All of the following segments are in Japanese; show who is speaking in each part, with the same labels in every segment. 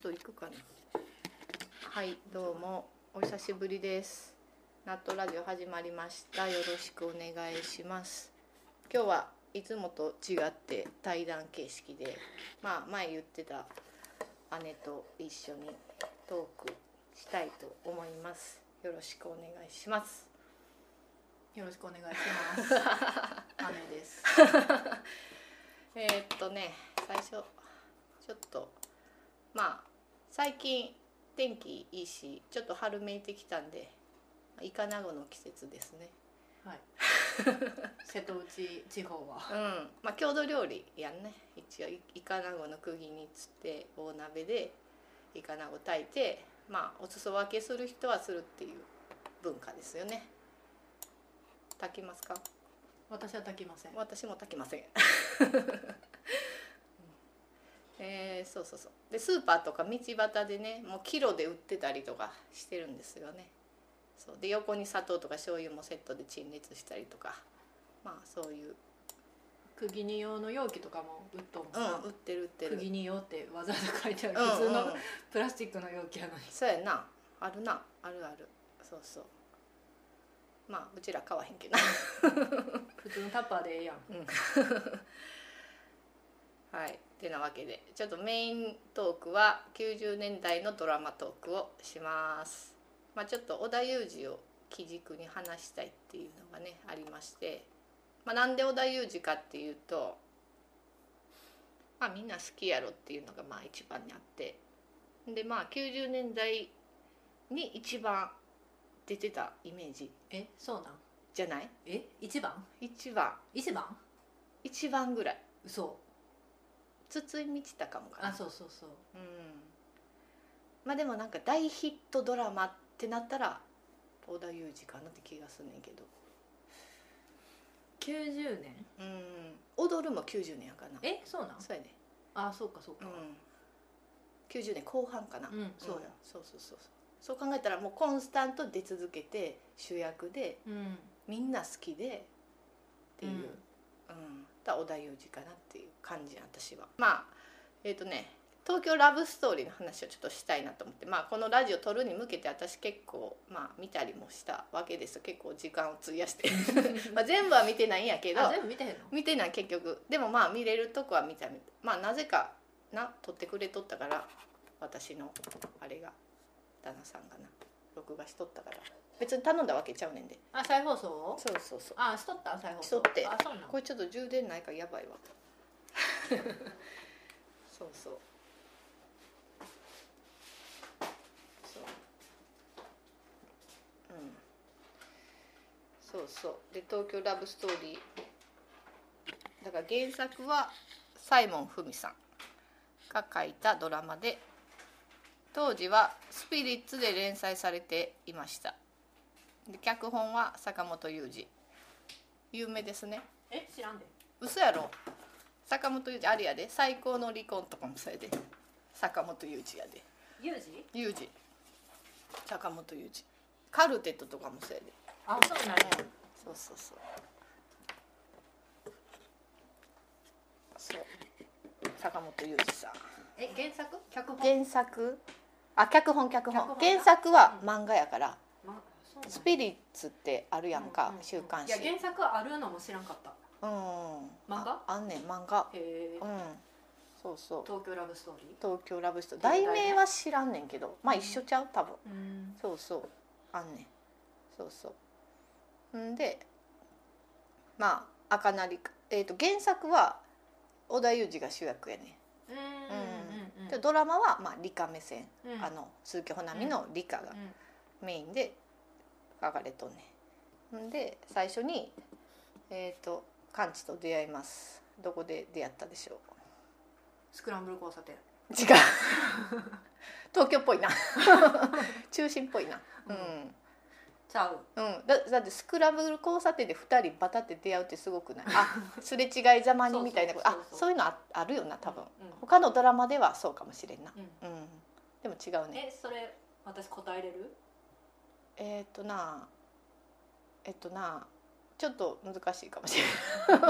Speaker 1: と行くかなはいどうもお久しぶりですナットラジオ始まりましたよろしくお願いします今日はいつもと違って対談形式でまあ前言ってた姉と一緒にトークしたいと思いますよろしくお願いします
Speaker 2: よろしくお願いし ます。姉です。
Speaker 1: えーっとね最初ちょっとまあ最近天気いいしちょっと春めいてきたんでイカナゴの季節ですね
Speaker 2: はい。瀬戸内地方は。
Speaker 1: うんまあ郷土料理やんね一応イイカナゴの釘につって大鍋でイカナゴ炊いてまあお裾分けする人はするっていう文化ですよね炊きますか
Speaker 2: 私は炊きません。
Speaker 1: 私も炊きません えーそうそうそうでスーパーとか道端でねもうキロで売ってたりとかしてるんですよねそうで横に砂糖とか醤油もセットで陳列したりとかまあそういう
Speaker 2: 釘に用の容器とかも売っとんかな
Speaker 1: うん売ってる売ってる
Speaker 2: 釘に用ってわざわざ書いてある
Speaker 1: うん
Speaker 2: 普通
Speaker 1: うんうん
Speaker 2: のプラスチックの容器やのに。
Speaker 1: そうやなあるなあるあるそうそうまあうちら買わへんけど
Speaker 2: 普通のタッパーでええやん。
Speaker 1: はい、てなわけでちょっとメイントークは90年代のドラマトークをします、まあ、ちょっと織田裕二を基軸に話したいっていうのがねありまして、まあ、なんで織田裕二かっていうと、まあ、みんな好きやろっていうのがまあ一番にあってでまあ90年代に一番出てたイメージ
Speaker 2: え、そうなん。
Speaker 1: じゃない
Speaker 2: え、一番？
Speaker 1: 一番
Speaker 2: 一番？
Speaker 1: 一番ぐらい
Speaker 2: 嘘。
Speaker 1: 筒井道隆もかな
Speaker 2: あ、そうそうそう。
Speaker 1: うんまあでもなんか大ヒットドラマってなったら織田裕二かなって気がすんねんけど
Speaker 2: 九十年？
Speaker 1: うん踊るも90年やからな
Speaker 2: え、そうなん。
Speaker 1: そうやね
Speaker 2: あ、そうかそう
Speaker 1: う
Speaker 2: か。
Speaker 1: ん90年後半かな、
Speaker 2: うん、そうや
Speaker 1: ん。そうそうそうそうそう考えたらもうコンスタント出続けて主役で
Speaker 2: うん。
Speaker 1: みんな好きでっていう、
Speaker 2: う
Speaker 1: うんんだから織田裕二かなっていう感じ私はまあえっ、とね東京ラブストーリーの話をちょっとしたいなと思って、まあ、このラジオ撮るに向けて私結構、まあ、見たりもしたわけですよ結構時間を費や してまあ全部は見てないんやけど
Speaker 2: あ、全部見てへんの？
Speaker 1: 見てない結局でもまあ見れるとこは見たまあなぜかな撮ってくれとったから私のあれが旦那さんがな録画しとったから別に頼んだわけちゃうねんで
Speaker 2: あ、再放送を？
Speaker 1: そうそうそう
Speaker 2: あ、しとった再放送。
Speaker 1: しとって
Speaker 2: あ、そうなん
Speaker 1: こ。れちょっと充電ないからやばいわ そうそうそううんそうそうで「東京ラブストーリー」だから原作はサイモン・フミさんが書いたドラマで当時はスピリッツで連載されていましたで脚本は坂本雄二有名ですね
Speaker 2: え、知らんで。
Speaker 1: 嘘やろ坂本雄二あれやで最高の離婚とかもそれで坂本雄二やで
Speaker 2: ユージ？
Speaker 1: 雄二坂本雄二カルテットとかもそれで
Speaker 2: あ、そうなんや。
Speaker 1: そうそうそうそう坂本雄二さん
Speaker 2: え、原作？脚本？
Speaker 1: 原作あ脚本脚本
Speaker 2: 脚本
Speaker 1: 原
Speaker 2: な
Speaker 1: 作は漫画やから、
Speaker 2: まそうなんや
Speaker 1: スピリッツってあるやんか、
Speaker 2: ううう
Speaker 1: 週刊
Speaker 2: い
Speaker 1: 誌
Speaker 2: や原作あるのも知らんかった。
Speaker 1: うん
Speaker 2: 漫画
Speaker 1: ああんねん漫画
Speaker 2: へえ
Speaker 1: う。んそうそう
Speaker 2: 東京ラブストーリ
Speaker 1: 東京ラブストーリー
Speaker 2: 東大ね
Speaker 1: 題名は知らんねんけどまあ一緒ちゃう多分
Speaker 2: ー。うん。
Speaker 1: そうそうあんねんそうそうんでまあ赤なりか、えー、と原作は織田裕二が主役やね
Speaker 2: うん
Speaker 1: ん、
Speaker 2: うん
Speaker 1: でドラマは、まあ、理科目線、
Speaker 2: うん。うん
Speaker 1: あ。の鈴木保奈美の理科が
Speaker 2: うん
Speaker 1: メインで書かれとんねんんで最初にえっ、とカンチと出会いますどこで出会ったでしょう
Speaker 2: スクランブル交差点。
Speaker 1: 違う東京っぽいな中心っぽいなう
Speaker 2: ちゃう。
Speaker 1: ん、うん、だだってスクランブル交差点で2人バタって出会うってすごくないあすれ違いざまにみたいなこと
Speaker 2: そうそうそ
Speaker 1: あ
Speaker 2: うそう
Speaker 1: そういうのああるよな多分、
Speaker 2: うんうん
Speaker 1: 他のドラマではそうかもしれんな
Speaker 2: うん。
Speaker 1: うんでも違うね
Speaker 2: え、それ私答えれる？
Speaker 1: えーっとなえっとな ちょっと難しいかもしれない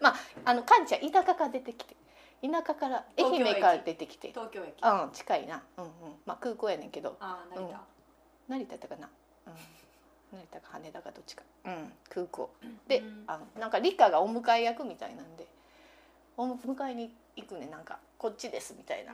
Speaker 1: まああのカンチは田舎が出てきて田舎から愛
Speaker 2: 東京駅
Speaker 1: 媛から出てきて
Speaker 2: 東京駅あ
Speaker 1: うん近いな、うんうんまあ、空港やねんけど
Speaker 2: あー成田、
Speaker 1: 成田やったかな、うん、成田か羽田かどっちか、うん、空港で、
Speaker 2: うん
Speaker 1: あのなんか理科がお迎え役みたいなんでお迎えに行くねなんかこっちですみたいな、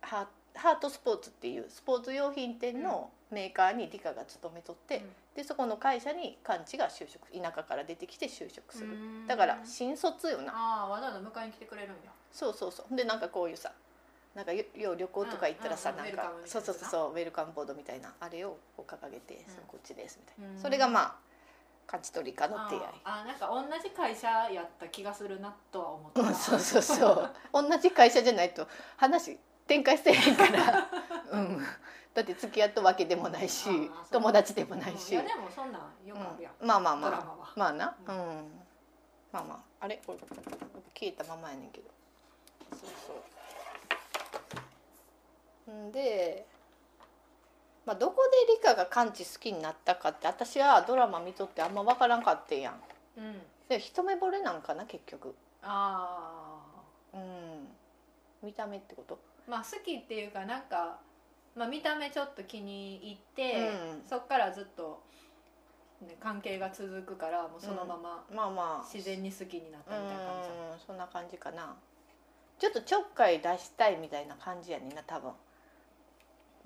Speaker 1: ハハートスポーツっていうスポーツ用品店のメーカーに理科が勤めとって、でそこの会社にカンチが就職田舎から出てきて就職する、
Speaker 2: る
Speaker 1: だから新卒よな
Speaker 2: ああわざわざ迎えに来てくれるんや
Speaker 1: そうそうそうでなんかこういうさなんかよよう旅行とか行ったらさ、
Speaker 2: うんうん
Speaker 1: な
Speaker 2: うんん
Speaker 1: か
Speaker 2: ウェルカムみたい
Speaker 1: そうそう
Speaker 2: なやつな
Speaker 1: そうそうウェルカムボードみたいなあれをこう掲げて、
Speaker 2: うん
Speaker 1: そのこっちですみたいな、
Speaker 2: うん
Speaker 1: それがまあカンチと理科の
Speaker 2: あ
Speaker 1: 出会い
Speaker 2: ーあーなんか同じ会社やった気がするなとは思っ
Speaker 1: う
Speaker 2: た
Speaker 1: んそうそうそう同じ会社じゃないと話展開してへんから、うん、だって付き合ったわけでもないし
Speaker 2: あーそう
Speaker 1: 友達でもない
Speaker 2: い
Speaker 1: し、
Speaker 2: やでもそんなんよくあるやん、
Speaker 1: うんまあまあ
Speaker 2: ドラ
Speaker 1: ま
Speaker 2: マは
Speaker 1: あまあなう
Speaker 2: うん
Speaker 1: まあまああれこれ消えたままやねんけどそうそうんで、まあ、どこで理科が完治好きになったかって私はドラマ見とってあんま分からんかってんやん
Speaker 2: うん
Speaker 1: で一目惚れなんかな結局
Speaker 2: あ
Speaker 1: うん見た目ってこと
Speaker 2: あまあ好きっていうかなんか、まあ、見た目ちょっと気に入って、
Speaker 1: うん
Speaker 2: そっからずっと、ね、関係が続くからもうそのまま
Speaker 1: まあまあ
Speaker 2: 自然に好きになっ
Speaker 1: う
Speaker 2: たみたいな感じだ、
Speaker 1: ーんそんな感じかなちょっとちょっかい出したいみたいな感じやねんな多分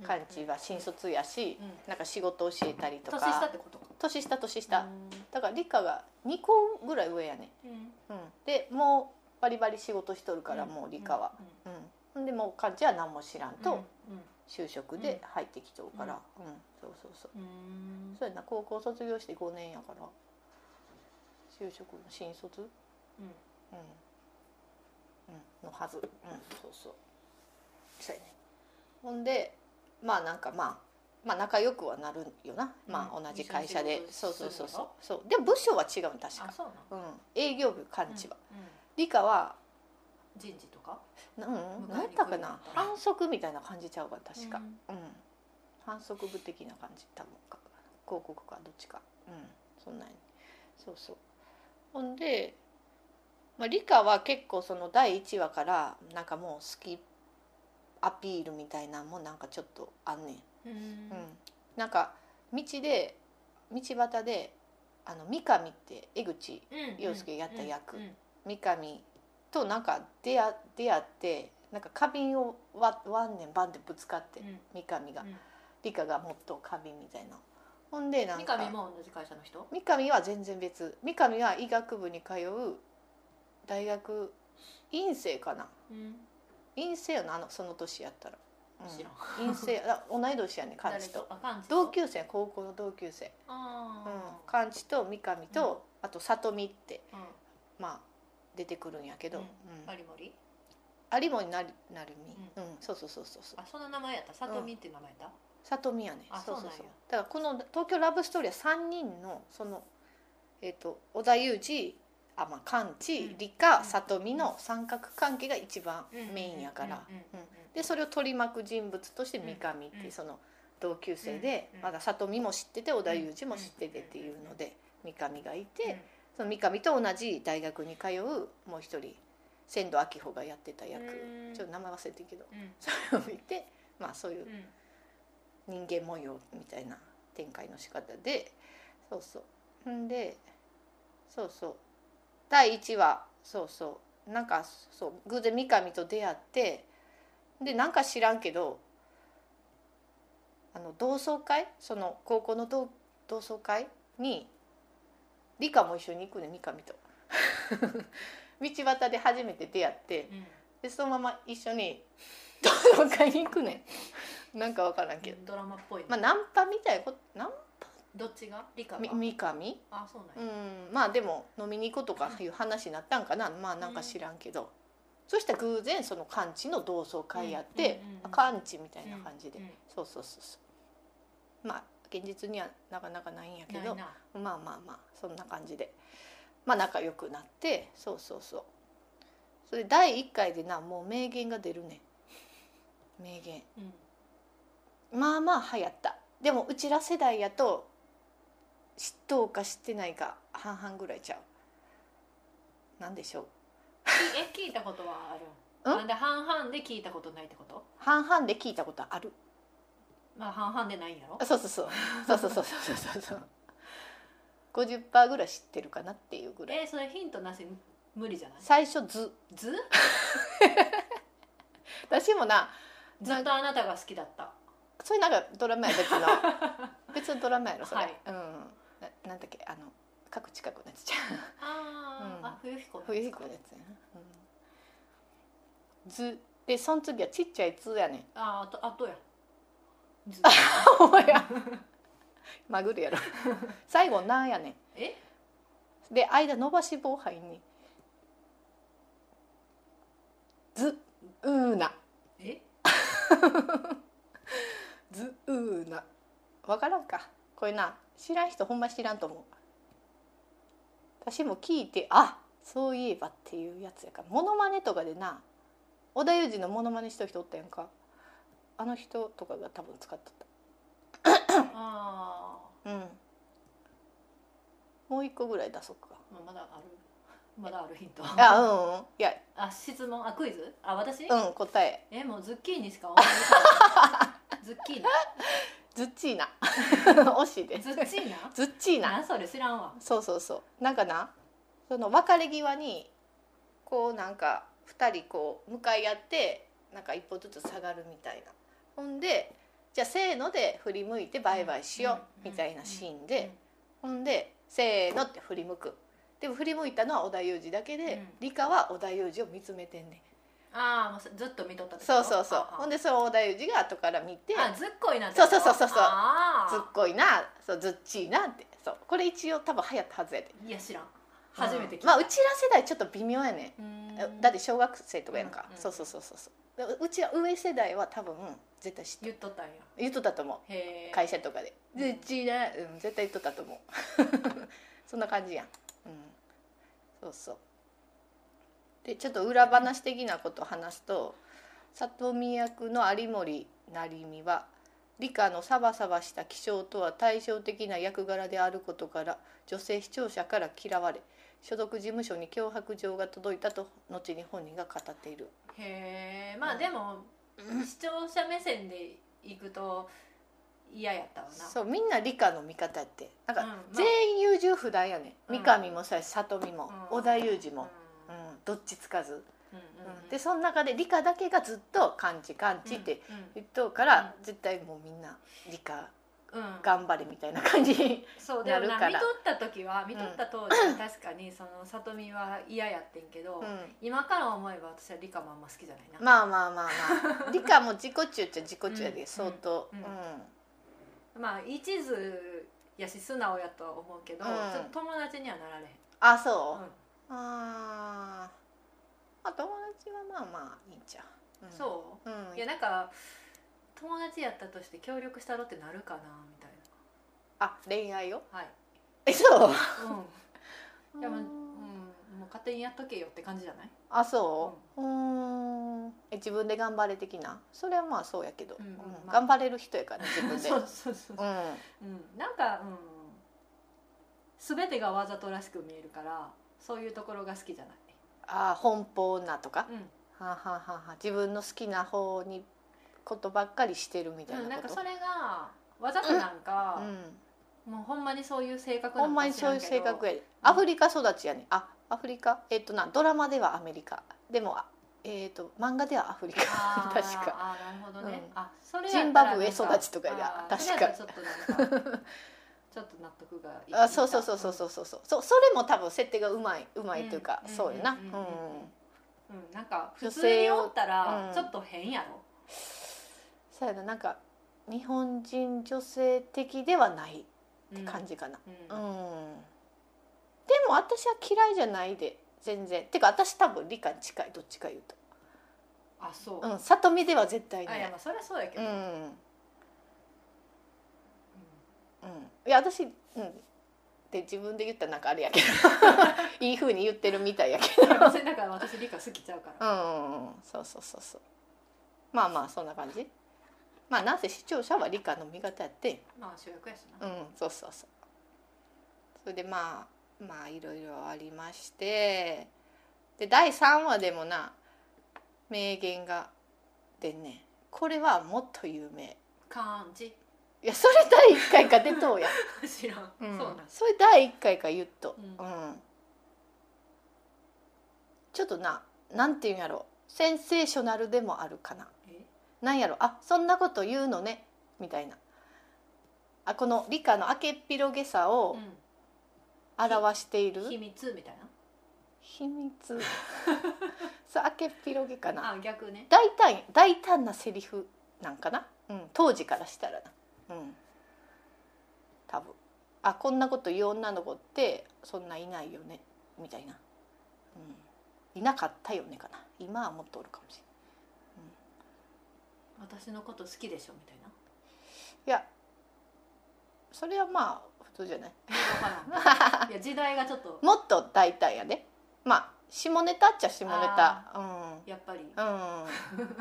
Speaker 2: うん
Speaker 1: カンチは新卒やし、
Speaker 2: うん
Speaker 1: なんか仕事教えたりとか
Speaker 2: 年下ってことか
Speaker 1: 年下年下
Speaker 2: うん
Speaker 1: だから理科が2個ぐらい上やね、
Speaker 2: うん
Speaker 1: うん、でもうバリバリ仕事しとるからもう理科は、、うんほんでもうカンチは何も知らん
Speaker 2: うん
Speaker 1: と、
Speaker 2: うん
Speaker 1: 就職で入ってきちゃうから、うんそうそうそう
Speaker 2: うん
Speaker 1: そうやな高校卒業して5年やから就職の新卒
Speaker 2: うん
Speaker 1: うん、うん、のはず、うん、そうそうそうやねほんでまあなんかまあまあ仲良くはなるよな、ま
Speaker 2: う
Speaker 1: あ
Speaker 2: ん
Speaker 1: 同じ会社で
Speaker 2: 一緒に仕
Speaker 1: そう
Speaker 2: 事
Speaker 1: そうそう
Speaker 2: する
Speaker 1: そう
Speaker 2: の
Speaker 1: そうでも部署は違うん確
Speaker 2: あ
Speaker 1: か、
Speaker 2: そうなの
Speaker 1: うん、営業部幹事は、
Speaker 2: うんうん
Speaker 1: 理科は
Speaker 2: 人事とか
Speaker 1: なうん
Speaker 2: 迎えに来る
Speaker 1: 何やったかな
Speaker 2: みたいな
Speaker 1: 反則みたいな感じちゃうか確か
Speaker 2: う、ん
Speaker 1: うん反則部的な感じ多分か広告かどっちかうんそんなんやねそうそうほんで、まあ、理科は結構その第1話からなんかもう好きアピールみたいなんもなんかちょっとあんねん、
Speaker 2: うん
Speaker 1: うんなんか道で道端であの三上って江口
Speaker 2: うん
Speaker 1: 陽介やった役
Speaker 2: うん
Speaker 1: 三上となんか出会出会ってなんか花瓶をわわんねんバンでぶつかって
Speaker 2: うんうん
Speaker 1: 三上が
Speaker 2: う。ん
Speaker 1: 理科がもっと花瓶みたいなほんでなん
Speaker 2: 三
Speaker 1: か
Speaker 2: 上も同じ会社の人
Speaker 1: 三上は全然別三上は医学部に通う大学院生かな
Speaker 2: うん
Speaker 1: 院生よなあのその年やったら、
Speaker 2: 知らん
Speaker 1: うん、院生あ同い年や ね漢字と
Speaker 2: あ漢字と
Speaker 1: 同級生高校の同級生、うん
Speaker 2: あ、あ
Speaker 1: 漢字と三上と、あと里美って
Speaker 2: うん
Speaker 1: まあ出てくるんやけど、
Speaker 2: う
Speaker 1: うんん
Speaker 2: 有森
Speaker 1: 有森なるなるみ、うんそうそうそうそうそう
Speaker 2: あその名前やった里見っていう名前やった
Speaker 1: 里見やね
Speaker 2: あ
Speaker 1: そうそうそう
Speaker 2: そうなんや
Speaker 1: だからこの「東京ラブストーリー」は3人のその、えー、と織田裕二あまあ寛治
Speaker 2: うん
Speaker 1: 理科
Speaker 2: うん
Speaker 1: 里見の三角関係が一番メインやから、
Speaker 2: うんうんうん
Speaker 1: でそれを取り巻く人物として三上って
Speaker 2: う
Speaker 1: い
Speaker 2: ん
Speaker 1: ううんその同級生で、
Speaker 2: うん
Speaker 1: まだ里見も知ってて織田裕二も知っててっていうので三上がいてその三上と同じ大学に通うもう一人千堂明穂がやってた役、
Speaker 2: うん
Speaker 1: ちょっと名前忘れてるけど
Speaker 2: うん
Speaker 1: それを見てまあそういう
Speaker 2: うんうん
Speaker 1: 人間模様みたいな展開の仕方でそうそうんでそうそう第1話そうそうなんかそう偶然三上と出会ってでなんか知らんけどあの同窓会その高校の同同窓会に理科も一緒に行くね三上と。 道端で初めて出会って、
Speaker 2: うん
Speaker 1: でそのまま一緒に同窓会に行くねんなんかわからんけど、
Speaker 2: ドラマっぽいね
Speaker 1: まあナンパみたいなことナン
Speaker 2: どっちが理科
Speaker 1: み
Speaker 2: が
Speaker 1: 三上
Speaker 2: あそうなん
Speaker 1: う
Speaker 2: や
Speaker 1: んまあでも飲みに行こうとかいう話になったんかなまあなんか知らんけど、そしたら偶然その完治の同窓会やって
Speaker 2: うんうんうんうん
Speaker 1: あ完治、みたいな感じで、
Speaker 2: うんうん
Speaker 1: そうそうそうそうまあ現実にはなかなかないんやけ
Speaker 2: な
Speaker 1: ど
Speaker 2: いな
Speaker 1: まあまあまあそんな感じでまあ仲良くなってそうそうそうそれで第1回でなもう名言が出るねん名言
Speaker 2: うん
Speaker 1: まあまあ流行ったでもうちら世代やと知っとうか知ってないか半々ぐらいちゃうなんでしょう
Speaker 2: え聞いたことはある
Speaker 1: ん
Speaker 2: なんで半々で聞いたことないってこと
Speaker 1: 半々で聞いたことある
Speaker 2: まあ半々でないんやろ
Speaker 1: あそうそうそうそうそうそうそうそうそう50%ぐらい知ってるかなっていうぐらい
Speaker 2: えそれヒントなし無理じゃない
Speaker 1: 最初図
Speaker 2: ず
Speaker 1: 私もな
Speaker 2: ずっとあなたが好きだった
Speaker 1: それなんかドラマや別 の別のドラマやろそれ、
Speaker 2: はい
Speaker 1: うんななんだっけあの各近くのやつじ
Speaker 2: あー、
Speaker 1: うん
Speaker 2: あ冬彦
Speaker 1: ゃん冬彦のやつやな、うん、図でその次はちっちゃい図やねん
Speaker 2: あーあとあとやず
Speaker 1: お前 やまぐるやろ最後なんやね
Speaker 2: え
Speaker 1: んで間伸ばし棒入んねんずうーな
Speaker 2: え
Speaker 1: ずうーなわからんかこれな知らん人ほんま知らんと思う私も聞いてあそういえばっていうやつやからモノマネとかでな織田裕二のモノマネしとる人おったやんかあの人とかが多分使っとっ
Speaker 2: あ
Speaker 1: たうんもう一個ぐらい出そっか
Speaker 2: ー、まあ、まだあるまだあるヒント
Speaker 1: あうんうんいや
Speaker 2: あ質問あクイズあ
Speaker 1: う
Speaker 2: 私、
Speaker 1: ん答え
Speaker 2: えもうズッキーニし か思い浮かばないズッキー
Speaker 1: ズッチーナ 惜しいで
Speaker 2: ニ
Speaker 1: す
Speaker 2: ズッチーナ
Speaker 1: ズッチーナ
Speaker 2: 何それ知らんわ
Speaker 1: そうそうそうなんかなその別れ際にこうなんか2人こう向かい合ってなんか一歩ずつ下がるみたいなほんでじゃあせーので振り向いてバイバイしよう
Speaker 2: うん
Speaker 1: みたいなシーンでほんでせーのって振り向くでも振り向いたのは織田裕二だけ
Speaker 2: う
Speaker 1: で
Speaker 2: ん
Speaker 1: 理科は織田裕二を見つめてんね
Speaker 2: ああもうずっと見とったっ
Speaker 1: ん
Speaker 2: てこ
Speaker 1: そ
Speaker 2: と
Speaker 1: うそうそう
Speaker 2: ああ
Speaker 1: ほんでその織田裕二が後から見て
Speaker 2: あずっこいなって
Speaker 1: そうそうそうそうそう
Speaker 2: あ
Speaker 1: ずっ
Speaker 2: あ
Speaker 1: こいなそうずっちいなってそうこれ一応多分流行ったはずやで
Speaker 2: いや知らん初め
Speaker 1: う
Speaker 2: て聞い
Speaker 1: ん
Speaker 2: た、
Speaker 1: まあうちら世代ちょっと微妙やねん
Speaker 2: うーん
Speaker 1: だって小学生とかやんか、
Speaker 2: うんうん
Speaker 1: そうそうそうそうそううちは上世代は多分絶対知ってる
Speaker 2: 言っとったんや
Speaker 1: 言っとったと思う
Speaker 2: へえ
Speaker 1: 会社とかで「
Speaker 2: うん
Speaker 1: うちだ」うん絶対言っとったと思う そんな感じやん、うん、そうそうでちょっと裏話的なことを話すと里見役の有森成美は理科のサバサバした気性とは対照的な役柄であることから女性視聴者から嫌われ所属事務所に脅迫状が届いたと後に本人が語っている
Speaker 2: へえまあでも、視聴者目線で行くと嫌やったわな
Speaker 1: そうみんな理科の味方やってなんか
Speaker 2: うんまあ
Speaker 1: 全員優柔不断やね、
Speaker 2: うん
Speaker 1: 三上もそうやし里見も、
Speaker 2: うん
Speaker 1: 織田裕二も、
Speaker 2: う
Speaker 1: うんんどっちつかず、
Speaker 2: うん
Speaker 1: う
Speaker 2: うん
Speaker 1: ん
Speaker 2: うん
Speaker 1: でその中で理科だけがずっと「漢字漢字」って
Speaker 2: う
Speaker 1: 言っとうから、
Speaker 2: う
Speaker 1: 絶対もうみんな理科
Speaker 2: んうんうん
Speaker 1: 頑張れみたいな感じ
Speaker 2: そうでも
Speaker 1: な
Speaker 2: な
Speaker 1: るから
Speaker 2: 見とった時は見とった当時は確かにその里見は嫌やってんけど、
Speaker 1: うん
Speaker 2: 今から思えば私は理科もあんま好きじゃないな、
Speaker 1: まあまあまあ まあ理科も自己中っちゃ自己中や
Speaker 2: う
Speaker 1: で
Speaker 2: ん
Speaker 1: 相当う
Speaker 2: うんんまあ一途やし素直やとは思うけど、
Speaker 1: うん
Speaker 2: ちょっと友達にはなられへん、
Speaker 1: あそうう、
Speaker 2: ん
Speaker 1: あーあ友達はまあまあいいんちゃう、うん、、、
Speaker 2: そううんいやなんか友達やったとして協力したろってなるかなみたい
Speaker 1: あ恋愛よ
Speaker 2: なはい
Speaker 1: えそう
Speaker 2: うんでも、うん、もう勝手にやっとけよって感じじゃない
Speaker 1: あそう、うーんえ自分で頑張れ的なそれはまあそうやけど、
Speaker 2: うんうん
Speaker 1: うん
Speaker 2: まあ
Speaker 1: 頑張れる人やからね 自分で
Speaker 2: そうそうそう
Speaker 1: う、ん、
Speaker 2: うん、なんかうん全てがわざとらしく見えるからそういうところが好きじゃない
Speaker 1: あー奔放なとか、
Speaker 2: うん
Speaker 1: はあはあはあはあ自分の好きな方にことばっかりしてるみたい
Speaker 2: うん、
Speaker 1: な
Speaker 2: な
Speaker 1: こ
Speaker 2: んか
Speaker 1: と、
Speaker 2: それがわざとなんか
Speaker 1: うん、
Speaker 2: もうほんまにそういう性格
Speaker 1: ほ
Speaker 2: なんの
Speaker 1: ま
Speaker 2: か
Speaker 1: に
Speaker 2: 知
Speaker 1: そう
Speaker 2: ら
Speaker 1: いうん
Speaker 2: け
Speaker 1: 性
Speaker 2: ど
Speaker 1: 格やでアフリカ育ちやねあアフリカえっ、となドラマではアメリカでもあえっ、と漫画ではアフリカ
Speaker 2: あー
Speaker 1: 確か
Speaker 2: あーなるほどね、
Speaker 1: うん
Speaker 2: あそれ
Speaker 1: ジンバブエ育ちとかやで
Speaker 2: や
Speaker 1: 確か
Speaker 2: 確かちょっとなんかちょっと納得がい
Speaker 1: あそうそうそうそうそうそうそうそそれも多分設定がうまいうまいというか、
Speaker 2: うん
Speaker 1: そうやな
Speaker 2: うんうんうん
Speaker 1: うん
Speaker 2: うん、うん、なんか普
Speaker 1: 女
Speaker 2: 通に
Speaker 1: 性を
Speaker 2: おった
Speaker 1: う
Speaker 2: ら
Speaker 1: ん
Speaker 2: ちょっと変やろ、
Speaker 1: そうやななんか日本人女性的ではない
Speaker 2: うん
Speaker 1: 感、じかな
Speaker 2: うん
Speaker 1: うん、でも私は嫌いじゃないで全然てか私多分理科に近いどっちか言う
Speaker 2: あそう、
Speaker 1: とうん里見では絶対な
Speaker 2: あいや
Speaker 1: い
Speaker 2: まあそれはそうやけ
Speaker 1: う
Speaker 2: ど、
Speaker 1: ん
Speaker 2: う
Speaker 1: うんんいや私うんって自分で言ったらなんかあれ やけどいい風に言ってるみたいやけ
Speaker 2: い や別になんか私理科好きちゃうから
Speaker 1: どうんうんうんそうそうそうそうまあまあそんな感じまあなんせ視聴者は理科の味方やって
Speaker 2: まあ主役やしな、
Speaker 1: うんそうそうそうそれでまあまあいろいろありましてで第3話でもな名言が出んねんこれはもっと有名
Speaker 2: 感じ
Speaker 1: いやそれ第1回か出と うや、
Speaker 2: 知らん、
Speaker 1: ん
Speaker 2: そうなん
Speaker 1: それ第1回か言っと
Speaker 2: う
Speaker 1: うん、ちょっとななんていうんやろセンセーショナルでもあるかな
Speaker 2: え
Speaker 1: なんやろあそんなこと言うのねみたいなあこの理科の明けっ広げさを表している、
Speaker 2: うん、秘密みたい
Speaker 1: 秘密そう明けっ広げかな
Speaker 2: なあ逆ね
Speaker 1: 大胆大胆なセリフなんかな、うん、当時からしたらなうん多分あこんなこと言う女の子ってそんないないよねみたいな、うん、いなかったよねかな今はもっとおるかもしれない
Speaker 2: 私のこと好きでしょみたい ない
Speaker 1: やそれはまあ普通じゃない
Speaker 2: わからんいや時代がちょっと
Speaker 1: もっと大胆やねまあ下ネタっちゃ下ネタ
Speaker 2: やっぱり
Speaker 1: うんうん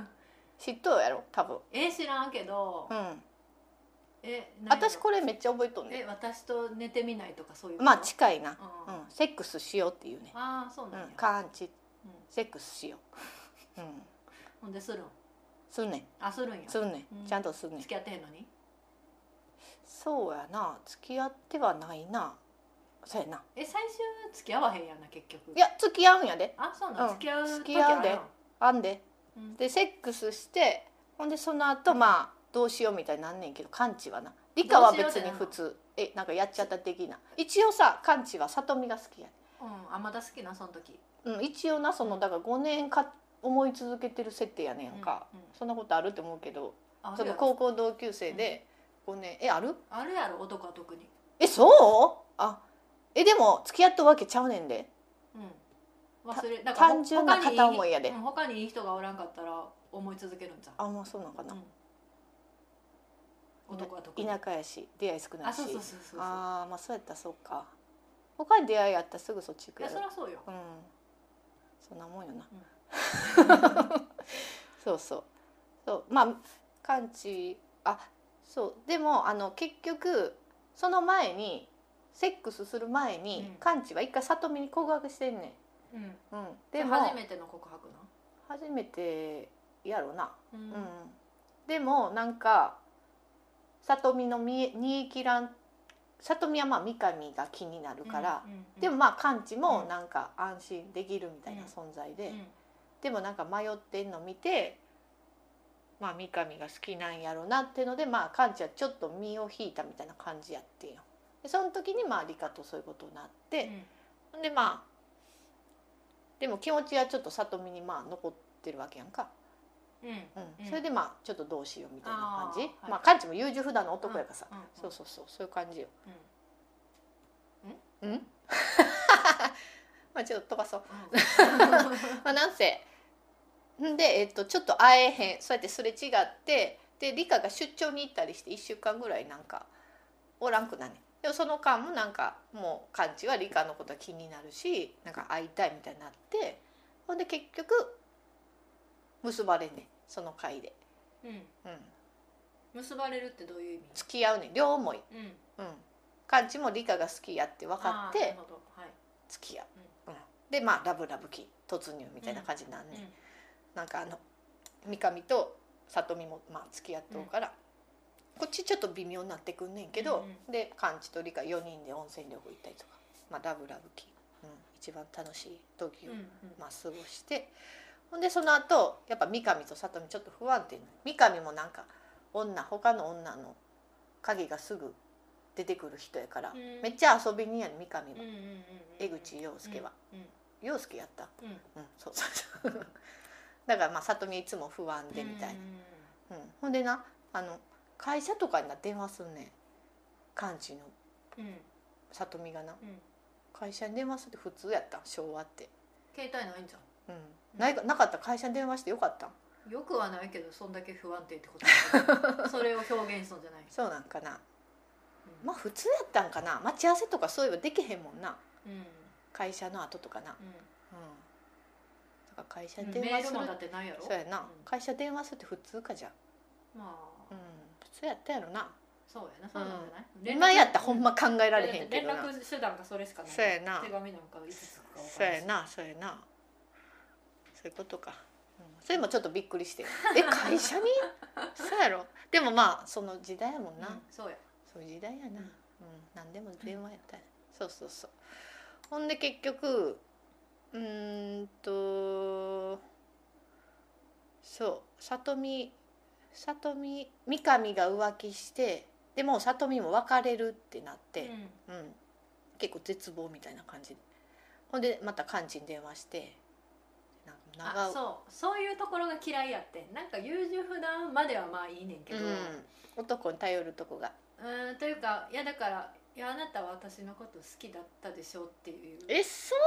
Speaker 1: 嫉妬やろ多分
Speaker 2: え知らんけど、
Speaker 1: うん
Speaker 2: え何
Speaker 1: 私これめっちゃ覚えとんね
Speaker 2: え私と寝てみないとかそういうこと
Speaker 1: まあ近いな
Speaker 2: う
Speaker 1: うんん、セックスしようっていうね。
Speaker 2: ああそうなんや
Speaker 1: うん、、カーンチ、
Speaker 2: うん
Speaker 1: セックスしよう。うん、
Speaker 2: ほんでするん
Speaker 1: すんねん、
Speaker 2: あするんや
Speaker 1: すんね
Speaker 2: うん
Speaker 1: ん、ちゃんとすんねん
Speaker 2: 付。き合ってへんのに
Speaker 1: そうやな、付き合ってはないな。そうやな。
Speaker 2: え最終付き合わへんやんな結局
Speaker 1: いや、付き合うんやで、
Speaker 2: あそうなん、
Speaker 1: うん
Speaker 2: 付き合う
Speaker 1: 付
Speaker 2: 時
Speaker 1: き合
Speaker 2: あ
Speaker 1: う
Speaker 2: る
Speaker 1: で
Speaker 2: やん
Speaker 1: あんで、
Speaker 2: うん
Speaker 1: で、セックスして、ほんで、その後、まあ、どうしようみたいになんねんけど、カンチはな。理科は別に普通、え、なんかやっちゃった的な。一応さ、カンチは里美が好きやね。
Speaker 2: うんあまだ好きなその時
Speaker 1: うん、一応な、その、だから、五年か、思い続けてる設定やねんやんか。
Speaker 2: うんうん
Speaker 1: そんなことあると思うけど。
Speaker 2: あ
Speaker 1: そ
Speaker 2: る
Speaker 1: の
Speaker 2: や
Speaker 1: 高
Speaker 2: ろ
Speaker 1: 校同級生で5年、えある
Speaker 2: あるやろ男は特に
Speaker 1: えそうあえでも付き合ったわけちゃうねんで
Speaker 2: うん忘れだから
Speaker 1: 単純な片思いやで
Speaker 2: うん他にいい人がおらんかったら思い続けるんじゃ
Speaker 1: あまあそうなんかな
Speaker 2: う、ん男は特に
Speaker 1: 田舎やし出会い少な
Speaker 2: あ
Speaker 1: いし
Speaker 2: そうそうそうそうそう
Speaker 1: あーまあそうやったらそうか他に出会いあったらすぐそっち行く
Speaker 2: い
Speaker 1: や
Speaker 2: やそ
Speaker 1: ろ
Speaker 2: りゃそうよ
Speaker 1: うんそんなもんよな、
Speaker 2: うん
Speaker 1: そうそうそうまあ完治あそうでもあの結局その前にセックスする前
Speaker 2: うん
Speaker 1: に、完治は一回里見に告白してんねん
Speaker 2: うん
Speaker 1: うん、
Speaker 2: で
Speaker 1: でも
Speaker 2: 初めての告白な
Speaker 1: 初めてやろな、
Speaker 2: う
Speaker 1: うんんでもなんか里見のみ煮え切らん里見はまあ三上が気になるから、
Speaker 2: うんうんうん
Speaker 1: でもまあ完治
Speaker 2: う
Speaker 1: も
Speaker 2: ん
Speaker 1: なんか安心できるみたいな
Speaker 2: うん
Speaker 1: 存在で、
Speaker 2: うん
Speaker 1: でもなんか迷ってんの見て、まあ、三上が好きなんやろなってのでまあ完治はちょっと身を引いたみたいな感じやってんよ。でその時にまあ理科とそういうことになって、ほんでまあでも気持ちはちょっと里見にまあ残ってるわけやんか、
Speaker 2: うんうん
Speaker 1: うん
Speaker 2: うん
Speaker 1: それでまあちょっとどうしようみたいな感じ
Speaker 2: あーはい
Speaker 1: まあカンチも優柔不断の男やからさ、
Speaker 2: うんうん
Speaker 1: そうそうそうそういう感じよ
Speaker 2: うん
Speaker 1: うん まあちょっと飛ばそう
Speaker 2: うん
Speaker 1: まあなんせんで、えっと、ちょっと会えへんそうやってすれ違ってで理科が出張に行ったりして1週間ぐらいなんかおらんくなんねんでもその間もなんかもうカンチは理科のことが気になるしなんか会いたいみたいになってほんで結局結ばれんねんその回で、
Speaker 2: うん
Speaker 1: うん、
Speaker 2: 結ばれるってどういう意味
Speaker 1: 付き合うねん両思い、
Speaker 2: うん
Speaker 1: うん、カンチも理科が好きやって分か
Speaker 2: あ
Speaker 1: っ
Speaker 2: ーなる
Speaker 1: て
Speaker 2: ほどはい
Speaker 1: 付き合う、うんでまあラブラブ期突入みたいな感じになんねん、
Speaker 2: うん
Speaker 1: なんかあの三上と里美もまあ付き合っとうから、こっちちょっと微妙になってくんねんけど、
Speaker 2: うん
Speaker 1: で完治と理科4人で温泉旅行行ったりとか、まあ、ラブラブ期、うん、一番楽しい時を、
Speaker 2: うんうん
Speaker 1: まあ、過ごしてほんでその後やっぱ三上と里美ちょっと不安定な三上もなんか女他の女の影がすぐ出てくる人やから、
Speaker 2: うん
Speaker 1: めっちゃ遊びにやね三上
Speaker 2: うん
Speaker 1: も、
Speaker 2: うんうんうん
Speaker 1: 江口洋介は、
Speaker 2: うん
Speaker 1: 洋介やった
Speaker 2: うんうん
Speaker 1: うん、そうそう そうだからまあ里美いつも不安でみたい
Speaker 2: うんうん
Speaker 1: な、うんほんでなあの会社とかにな電話すんねん幹事の
Speaker 2: うん
Speaker 1: 里美がな
Speaker 2: うん
Speaker 1: 会社に電話するって普通やったん昭和って、
Speaker 2: 携帯ないんじゃ
Speaker 1: うんないかなかったら会社に電話してよかったん
Speaker 2: んよくはないけどそんだけ不安定ってこと だそれを表現したんじゃない
Speaker 1: そうなんかな
Speaker 2: うん
Speaker 1: まあ普通やったんかな待ち合わせとかそういえばできへんもんな
Speaker 2: うんうん
Speaker 1: 会社の後とかな、うん、だから会社に
Speaker 2: メ
Speaker 1: 電
Speaker 2: ー
Speaker 1: 話
Speaker 2: ル
Speaker 1: する
Speaker 2: もだってないやろ
Speaker 1: そうやな、
Speaker 2: ん
Speaker 1: 会社電話するって普通かじゃん、
Speaker 2: まあ
Speaker 1: うん、普通やったやろな
Speaker 2: そうやなそうなんじゃない連絡
Speaker 1: 今やったらほんま考えられへんけどな
Speaker 2: 連絡手段がそれしかない
Speaker 1: そうやな
Speaker 2: 手紙なんかいつつくか分
Speaker 1: そう
Speaker 2: からん
Speaker 1: や
Speaker 2: し
Speaker 1: なそうやなそういうことか、うん、それもちょっとびっくり してえ会社にそうやろでもまあその時代やもんな、
Speaker 2: うんそうや
Speaker 1: そういう時代やな、う
Speaker 2: うんん、
Speaker 1: 何でも電話やったら、そうそうそうほんで結局うーんとそう里見里見三上が浮気してでもう里見も別れるってなって、
Speaker 2: うん
Speaker 1: うん、結構絶望みたいな感じでほんでまた幹事に電話してなんか長
Speaker 2: あ
Speaker 1: 尾
Speaker 2: そうそういうところが嫌いやってなんか優柔不断まではまあいいねんけど、
Speaker 1: うん、男に頼るとこが
Speaker 2: うーんというかいやだから「いやあなたは私のこと好きだったでしょ」っていうち違う
Speaker 1: えそう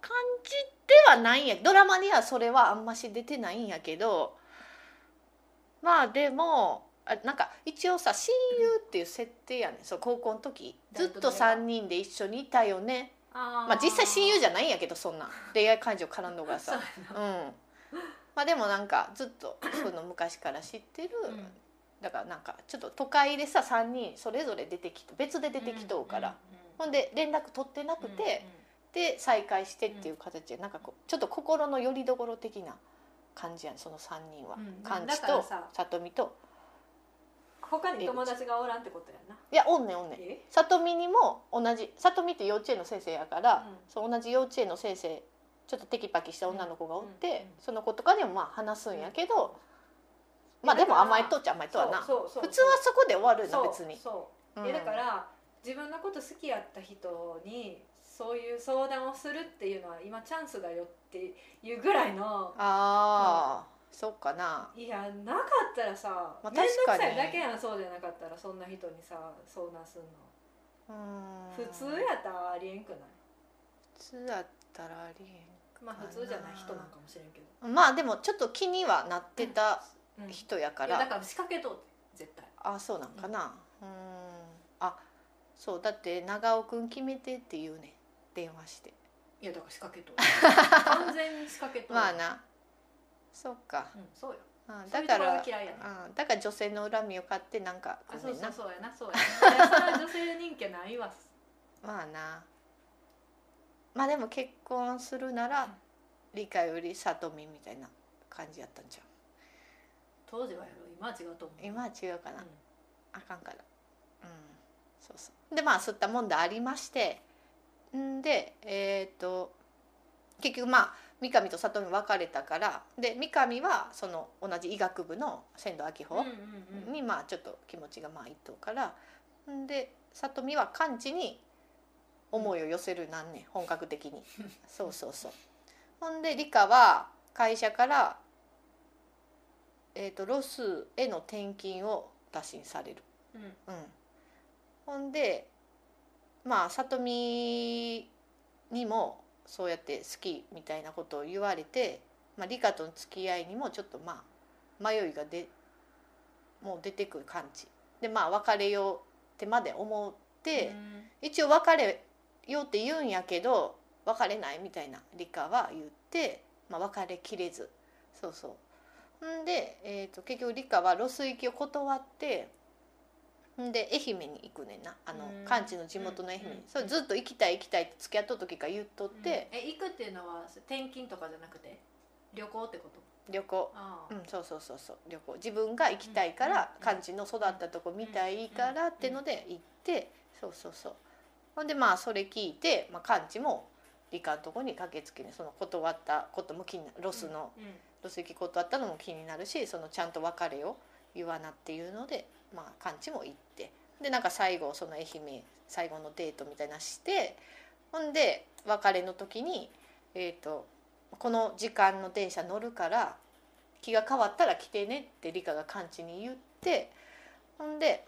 Speaker 1: 感じではないんやドラマにはそれはあんまし出てないんやけどまあでもあなんか一応さ親友っていう設定やねんそう高校の時ずっと3人で一緒にいたよね
Speaker 2: あ
Speaker 1: まあ実際親友じ
Speaker 2: ゃ
Speaker 1: ゃないんやけどそんな恋愛感情絡んのが
Speaker 2: そう
Speaker 1: さう
Speaker 2: や
Speaker 1: ん
Speaker 2: な
Speaker 1: まあでもなんかずっとその昔から知ってる、
Speaker 2: うん
Speaker 1: だからなんかちょっと都会でさ3人それぞれ出てきて別で出てきとうから、、
Speaker 2: うんうんうん
Speaker 1: ほんで連絡取ってなくて、で再会してっていう形で、なんかこうちょっと心の拠り所的な感じやんその3人は、
Speaker 2: うん
Speaker 1: カン
Speaker 2: だ
Speaker 1: チ
Speaker 2: から
Speaker 1: と
Speaker 2: さ
Speaker 1: 里美と
Speaker 2: 他に友達がおらんってことやない
Speaker 1: やおんねんおんねん
Speaker 2: え
Speaker 1: 里美にも同じ里美って幼稚園の先生やから、
Speaker 2: うん
Speaker 1: そう同じ幼稚園の先生ちょっとテキパキした女の子がおって、
Speaker 2: うんうんうん
Speaker 1: その子とかでもまあ話すんやけど、まあでも甘えとっちゃ甘えとはな
Speaker 2: そうそうそう
Speaker 1: 普通はそこで終わるな
Speaker 2: そう
Speaker 1: 別に、
Speaker 2: そう
Speaker 1: うん
Speaker 2: えだから自分のこと好きやった人にそういう相談をするっていうのは今チャンスだよっていうぐらいの
Speaker 1: ああ、そうかない
Speaker 2: やなかったらさ
Speaker 1: まあ
Speaker 2: 面
Speaker 1: 確
Speaker 2: 倒、く
Speaker 1: か
Speaker 2: さ
Speaker 1: に
Speaker 2: いだけやんそうじゃなかったらそんな人にさ相談すんの、
Speaker 1: うん
Speaker 2: 普通やったらありえんくない
Speaker 1: 普通やったらありえん
Speaker 2: まあ普通じゃない人なんかもしれんけど、
Speaker 1: まあでもちょっと気にはなってた
Speaker 2: うん、い
Speaker 1: 人やか
Speaker 2: や
Speaker 1: ら、
Speaker 2: だから仕掛けとうって絶対
Speaker 1: あそうなんかなうんあそうだって「長尾くん決めて」って言うね電話して
Speaker 2: いやだから仕掛 けとう完全に仕掛けとう
Speaker 1: まあなそっか、
Speaker 2: うん、そうよ
Speaker 1: あ
Speaker 2: そう
Speaker 1: だ
Speaker 2: いうと
Speaker 1: か
Speaker 2: ころ
Speaker 1: ら
Speaker 2: が嫌いやね
Speaker 1: あだから女性の恨みを買ってなんか
Speaker 2: あ
Speaker 1: ご
Speaker 2: そ
Speaker 1: め
Speaker 2: うんそ
Speaker 1: な
Speaker 2: うそうやなそうやないやそれは女性人気ないわ
Speaker 1: まあなまあでも結婚するな
Speaker 2: うん
Speaker 1: ら理科より里見みたいな感じやったんじゃ
Speaker 2: 当時はやろ今は違うと思
Speaker 1: う
Speaker 2: う
Speaker 1: 今は違うかな、
Speaker 2: うん
Speaker 1: あかんからうんそうそうでまあ吸ったもんだありましてんでえっ、と結局まあ三上と里見別れたからで三上はその同じ医学部の仙道明
Speaker 2: うん
Speaker 1: 穂
Speaker 2: うんうん
Speaker 1: にまあちょっと気持ちがまあ一等からんで里見は完治に思いを寄せるなんねん本格的 にそうそうそうほんで理科は会社から、えー、とロスへの転勤を打診される
Speaker 2: うん
Speaker 1: うん、ほんでまあ里見にもそうやって好きみたいなことを言われて、まあ、理科との付き合いにもちょっとまあ迷いがでもう出てくる感じでまあ別れようってまで思って、一応別れようって言うんやけど別れないみたいな理科は言って、まあ、別れきれずそうそうほんで、えー、と結局理科はロス行きを断ってほんで愛媛に行くねんなあの
Speaker 2: うん
Speaker 1: 完治の地元の愛媛に、
Speaker 2: うん
Speaker 1: そうずっと行きたい行きたいって付き合っとった時から言っとっ
Speaker 2: うん
Speaker 1: て、
Speaker 2: え行くっていうのは転勤とかじゃなくて旅行ってこと
Speaker 1: 旅行
Speaker 2: あ
Speaker 1: う
Speaker 2: あ
Speaker 1: んそうそうそうそう旅行自分が行きたいから
Speaker 2: うん
Speaker 1: 漢字の育ったとこ見たいからってので行ってそうそうそうほんでまあそれ聞いて、まあ、漢字も理科のとこに駆けつけにその断ったことも気になロスの、
Speaker 2: うんうん
Speaker 1: ロス行き断ったのも気になるしそのちゃんと別れを言わなっていうのでまあ漢字も行ってでなんか最後その愛媛最後のデートみたいなしてほんで別れの時にえー、とこの時間の電車乗るから気が変わったら来てねって理科がカンチに言ってほんで、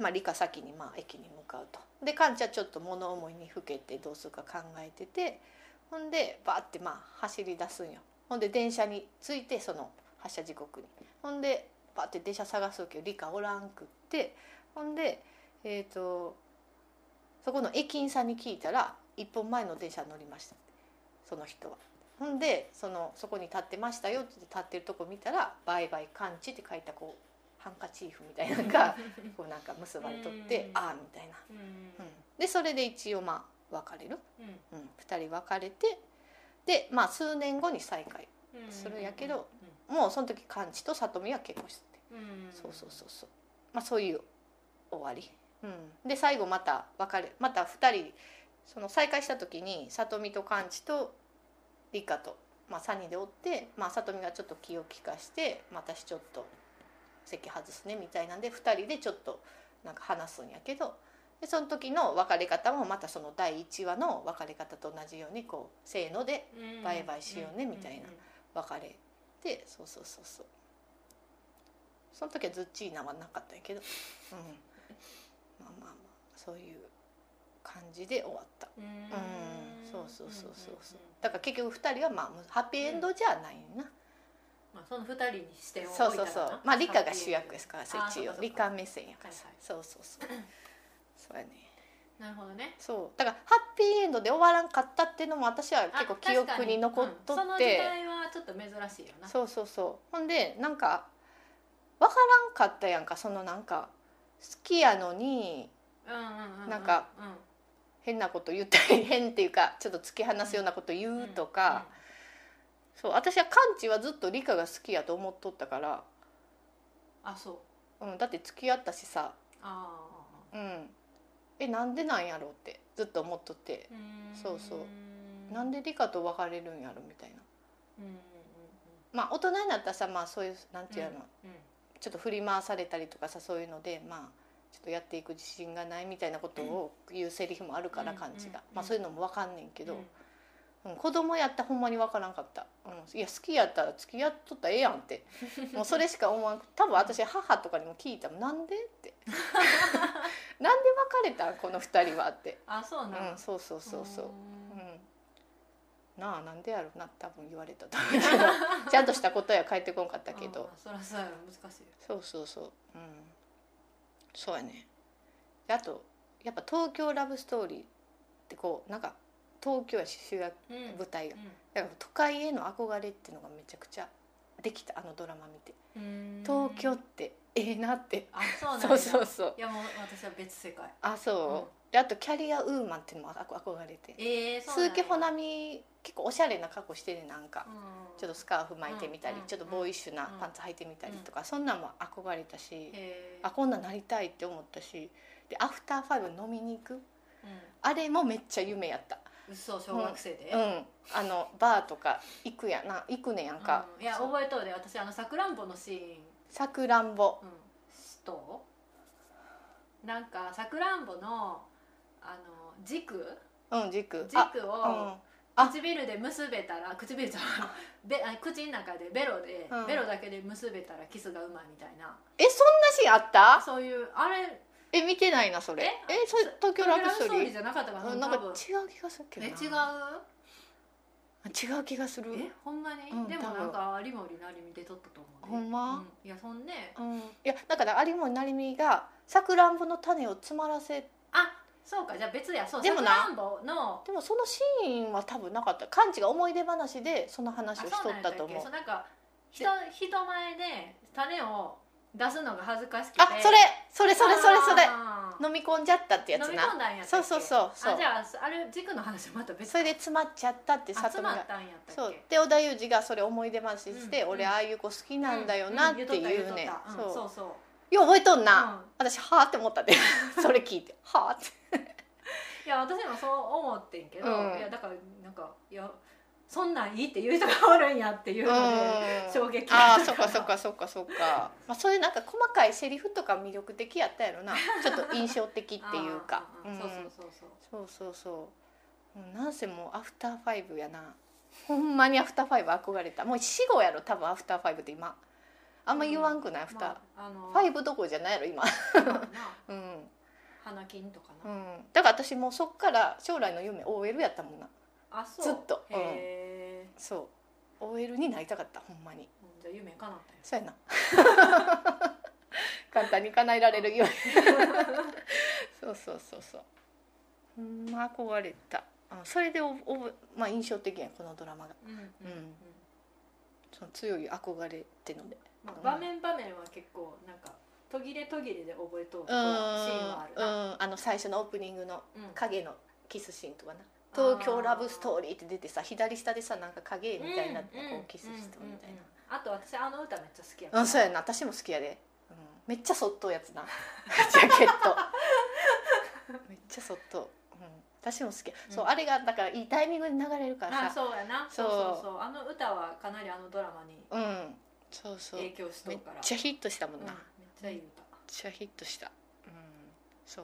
Speaker 1: まあ、理科先にまあ駅に向かうとでカンチはちょっと物思いにふけてどうするか考えててほんでバーってまあ走り出すんよほんで電車に着いてその発車時刻にほんでバーって電車探すけど理科おらんくってほんでえっ、とそこの駅員さんに聞いたら「一本前の電車に乗りました」その人は。ほんでそのそこに立ってましたよって言って立ってるとこ見たら「バイバイ完治」って書いたこうハンカチーフみたいなのがこうなんか結ばれとって「
Speaker 2: うん
Speaker 1: ああ」みたいな。
Speaker 2: うん
Speaker 1: うんでそれで一応まあ別れる、
Speaker 2: うん
Speaker 1: うん、2人別れてでまあ数年後に再会
Speaker 2: うん
Speaker 1: するやけど、もうその時カンチと里美は結婚してて、
Speaker 2: うん
Speaker 1: そうそうそうそうまあそういう終わり、うん、で最後また別れまた2人その再会した時に里美とカンチと理香と、まあ、3人でおって、まあ、里美がちょっと気を利かして「また私ちょっと席外すね」みたいなんで2人でちょっとなんか話すんやけどでその時の別れ方もまたその第1話の別れ方と同じようにこうせーので
Speaker 2: うん
Speaker 1: バイバイしようね
Speaker 2: ん
Speaker 1: みたいな別れてそうそうそうそうその時はズッチーナはなかったんやけど、うん、まあまあまあそういう感じで終わった
Speaker 2: うんうん
Speaker 1: うんそうそうそうそうそうだから結局2人はまあむハッピーエンドじゃないな、
Speaker 2: まあ、その二人に視点を置いた
Speaker 1: そ
Speaker 2: ら
Speaker 1: う
Speaker 2: な
Speaker 1: そうそうまあ理科が主役ですから
Speaker 2: ハッピー
Speaker 1: 一
Speaker 2: エンド
Speaker 1: 応
Speaker 2: あーそうかそうか
Speaker 1: 理科目線やからさ、
Speaker 2: はいはい
Speaker 1: そうそうそうそうやね
Speaker 2: なるほどね
Speaker 1: そうだからハッピーエンドで終わらんかったっていうのも私は
Speaker 2: あ
Speaker 1: 結構記憶に残っとって、
Speaker 2: 確かにうんその時代はちょっと珍しいよな
Speaker 1: そうそうそうほんでなんかわからんかったやんかそのなんか好きやのに
Speaker 2: うんうんうう
Speaker 1: なんか
Speaker 2: うん
Speaker 1: 変なこと言ったり変っていうかちょっと突き放すようなこと言うとか、そう私はカンチはずっと理科が好きやと思っとったから、
Speaker 2: うんあそう
Speaker 1: うん、だって付き合ったしさ、
Speaker 2: あ
Speaker 1: うん、えなんでなんやろうってずっと思っとって
Speaker 2: あ、ん
Speaker 1: そうそう
Speaker 2: う
Speaker 1: なん
Speaker 2: で
Speaker 1: で理科と別れるんやろみたいな
Speaker 2: うんうん
Speaker 1: まあ大人になったらさまあそういうなんていうの、
Speaker 2: うんうん
Speaker 1: ちょっと振り回されたりとかさそういうのでまあちょっとやっていく自信がないみたいなことを言うセリフもあるから
Speaker 2: うん
Speaker 1: 感じが、
Speaker 2: うん
Speaker 1: まあ、そういうのも分かんねんけど、
Speaker 2: うん
Speaker 1: うん子供やったらほんまに分からんかった、うん、いや好きやったら付き合っとったらええやんって もうそれしか思わん多分私母とかにも聞いたもんなんでって なんで別れたんこの二人はって、
Speaker 2: あそう
Speaker 1: う
Speaker 2: なん
Speaker 1: ん、そうそうそうそう、うん
Speaker 2: ん、
Speaker 1: なあなんでやろうな多分言われたと思うけど ちゃんとした答えは返ってこんかったけど
Speaker 2: あ。あそらそうやろ難しいよ
Speaker 1: そうそうそううんそうやねであとやっぱ東京ラブストーリーってこうなんか東京やし主役
Speaker 2: うんうん
Speaker 1: 舞台が、だから都会への憧れっていうのがめちゃくちゃできたあのドラマ見て
Speaker 2: うん
Speaker 1: 東京ってええなって
Speaker 2: あそうなんだ
Speaker 1: そうそうそう
Speaker 2: いやもう私は別世界
Speaker 1: あそう、であとキャリアウーマンっていうのもあこ憧れて
Speaker 2: ええそうなん
Speaker 1: 鈴
Speaker 2: や
Speaker 1: 木保奈美結構おしゃれな格好してねなんか、
Speaker 2: うん
Speaker 1: ちょっとスカーフ巻いてみたり、
Speaker 2: うん
Speaker 1: ちょっとボーイッシュなパンツ履いてみたりとか、そんなんも憧れたし、
Speaker 2: へえ
Speaker 1: あこんなんなりたいって思ったしでアフターファイブ飲みに行く
Speaker 2: う
Speaker 1: あれもめっちゃ夢やった
Speaker 2: ん嘘小学生で
Speaker 1: うんあのバーとか行くやな行くねやんか、
Speaker 2: うんいや
Speaker 1: そう
Speaker 2: 覚えとうで私あのさくらんぼのシーン
Speaker 1: さくらんぼ
Speaker 2: うんとなんかさくらんぼのあの軸
Speaker 1: うん軸あ
Speaker 2: 軸
Speaker 1: うん
Speaker 2: を
Speaker 1: あ
Speaker 2: 唇で結べたら唇じゃないべあ口の中でベロで、
Speaker 1: うん
Speaker 2: ベロだけで結べたらキスがうまいみたいな
Speaker 1: えそんなシーンあった
Speaker 2: そういうあれ
Speaker 1: え見てないなそれえ
Speaker 2: え
Speaker 1: それ東京ラブストーリー
Speaker 2: じゃなかったかな
Speaker 1: うんなん
Speaker 2: 多
Speaker 1: か
Speaker 2: 分
Speaker 1: 違う気がするけど
Speaker 2: え違う
Speaker 1: な違う気がする
Speaker 2: えほんまに、
Speaker 1: うん
Speaker 2: でも
Speaker 1: 多分
Speaker 2: なんか有森なりみで撮ったと
Speaker 1: ほ
Speaker 2: 思う
Speaker 1: んま
Speaker 2: うんいやそんね
Speaker 1: うんいやだから有森成美がさくらんぼの種を詰まらせ
Speaker 2: あそうかじゃあ別やそう
Speaker 1: で
Speaker 2: さ
Speaker 1: も
Speaker 2: く
Speaker 1: な
Speaker 2: らんぼの
Speaker 1: でもそのシーンは多分なかったカンチが思い出話でその話をしとったと思う
Speaker 2: あそうなんやったっけそうなんか人人前で種を出すのが恥ずかしくて
Speaker 1: あそれそれそれそれそれ
Speaker 2: あー
Speaker 1: 飲み込んじゃったってやつ
Speaker 2: 飲み込
Speaker 1: なん
Speaker 2: だんやったっけ
Speaker 1: そうそうそうそう
Speaker 2: あじゃああれ軸の話また別
Speaker 1: それで詰まっちゃったって
Speaker 2: あ
Speaker 1: さと
Speaker 2: 詰
Speaker 1: み
Speaker 2: まっ
Speaker 1: が
Speaker 2: たんやった
Speaker 1: そう
Speaker 2: っけ
Speaker 1: で織田裕二がそれ思い出話して、
Speaker 2: うん
Speaker 1: 俺ああいう子好きなんだよなっていうね、
Speaker 2: ん言っとった言っとったう
Speaker 1: そ
Speaker 2: んそううそう
Speaker 1: よう覚えとんな、
Speaker 2: うん
Speaker 1: 私はあって思った でそれ聞いてはあって
Speaker 2: いや私もそう思ってんけど、
Speaker 1: うん
Speaker 2: いやだからなんかいやそんなんいいって言う人がおるんやっていうので、衝撃
Speaker 1: ああそっかそっかそっかそっか、まあ、そういうなんか細かいセリフとか魅力的やったやろなちょっと印象的っていうか
Speaker 2: あー
Speaker 1: ん
Speaker 2: そうそうそうそ
Speaker 1: そ
Speaker 2: う
Speaker 1: うそうそううんなんせもうアフターファイブやなほんまにアフターファイブ憧れたもう死後やろ多分アフターファイブって今あんま言わんくない、アフター、
Speaker 2: まあ、あの
Speaker 1: ファイブどころじゃないやろ今
Speaker 2: な
Speaker 1: うん、
Speaker 2: 花金とか
Speaker 1: う
Speaker 2: な、
Speaker 1: ん、だから私もうそっから将来の夢 OL やったもんな
Speaker 2: あそう
Speaker 1: ずっとうん
Speaker 2: へえ、
Speaker 1: そう OL になりたかったほんまに
Speaker 2: じゃあ夢叶ったよ
Speaker 1: そうやな 簡単に叶えられる夢そうそうそうそうほんま憧れたあそれでおお、まあ、印象的やんこのドラマが
Speaker 2: うんうん、うん
Speaker 1: その強い憧れってので
Speaker 2: まあ、場面場面は結構なんか途切れ途切れで覚えと
Speaker 1: う
Speaker 2: うと
Speaker 1: ん
Speaker 2: かシーンはあるな、
Speaker 1: うんあの最初のオープニングの
Speaker 2: うん
Speaker 1: 影のキスシーンとかな東京ラブストーリー」って出てさ左下でさなんか影絵みたいな、
Speaker 2: うん
Speaker 1: こうキスしてみたいな、
Speaker 2: うんうんうんあと私あの歌めっちゃ好きや
Speaker 1: あそうやな私も好きやで、うん、めっちゃそっとうやつな ジャケッ トめっちゃそっとう、うん、私も好き、そう
Speaker 2: うん
Speaker 1: あれがだからいいタイミングで流れるから
Speaker 2: あ
Speaker 1: さ
Speaker 2: そうやな
Speaker 1: そ
Speaker 2: そううそうそうあの歌はかなりあのドラマに
Speaker 1: うんそうそう
Speaker 2: 影響しと
Speaker 1: め
Speaker 2: る
Speaker 1: っ
Speaker 2: から
Speaker 1: ちゃヒットしたもんな、
Speaker 2: うん
Speaker 1: めっ
Speaker 2: めっちゃいい歌
Speaker 1: ちゃヒットしたうんそ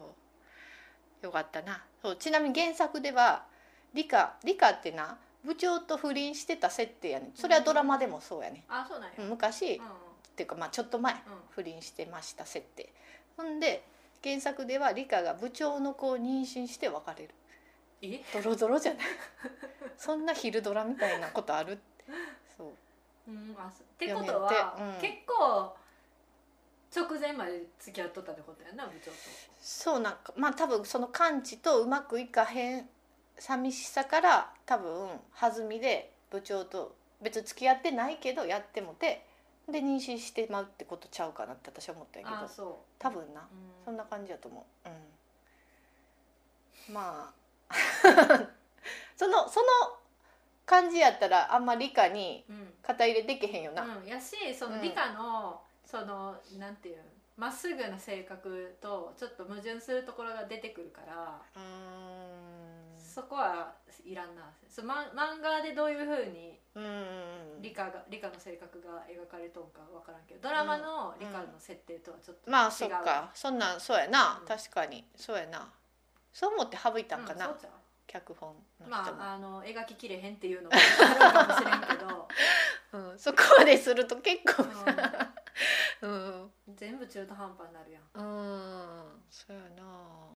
Speaker 1: うよかったなそうちなみに原作では理科理科ってな部長と不倫してた設定やねんそれはドラマでもそうやね
Speaker 2: あそうなんや
Speaker 1: ん、昔、
Speaker 2: うんうん
Speaker 1: っていうかまあちょっと前
Speaker 2: うん
Speaker 1: 不倫してました設定ほんで原作では理科が部長の子を妊娠して別れる
Speaker 2: え
Speaker 1: ドロドロじゃない そんな昼ドラみたいなことあるそう
Speaker 2: うんあそってことは
Speaker 1: 読めて
Speaker 2: 結構直前まで付き合っとったってことやな部長と
Speaker 1: そうなんかまあ多分その感知とうまくいかへん寂しさから多分弾みで部長と別に付き合ってないけどやってもてで妊娠してまうってことちゃうかなって私は思ったんやけ
Speaker 2: あ
Speaker 1: ど
Speaker 2: そう
Speaker 1: 多分な
Speaker 2: うん
Speaker 1: そんな感じだと思う。うん、まあ そのその感じやったらあんま理科に
Speaker 2: うん
Speaker 1: 肩入れできへんよな。
Speaker 2: うん、やしそうの
Speaker 1: ん
Speaker 2: 理科の、そのなんていうんまっすぐな性格とちょっと矛盾するところが出てくるから、
Speaker 1: うん
Speaker 2: そこはいらんなそう、ま、漫画でどういうふうに
Speaker 1: うん
Speaker 2: 理科が理科の性格が描かれとんかわからんけどドラマの
Speaker 1: ん
Speaker 2: 理科の設定とはちょっと違う、
Speaker 1: まあそっかそんなんそうやな、
Speaker 2: うん
Speaker 1: 確かにそうやなそう思って省いたんかな、
Speaker 2: うんそうちゃ
Speaker 1: 脚本の人
Speaker 2: う
Speaker 1: も、
Speaker 2: まああの描ききれへんっていうのもあるかもしれん けど、
Speaker 1: うん、そこまですると結構 うん、
Speaker 2: うん全部中途半端になるやん
Speaker 1: うん、そうやな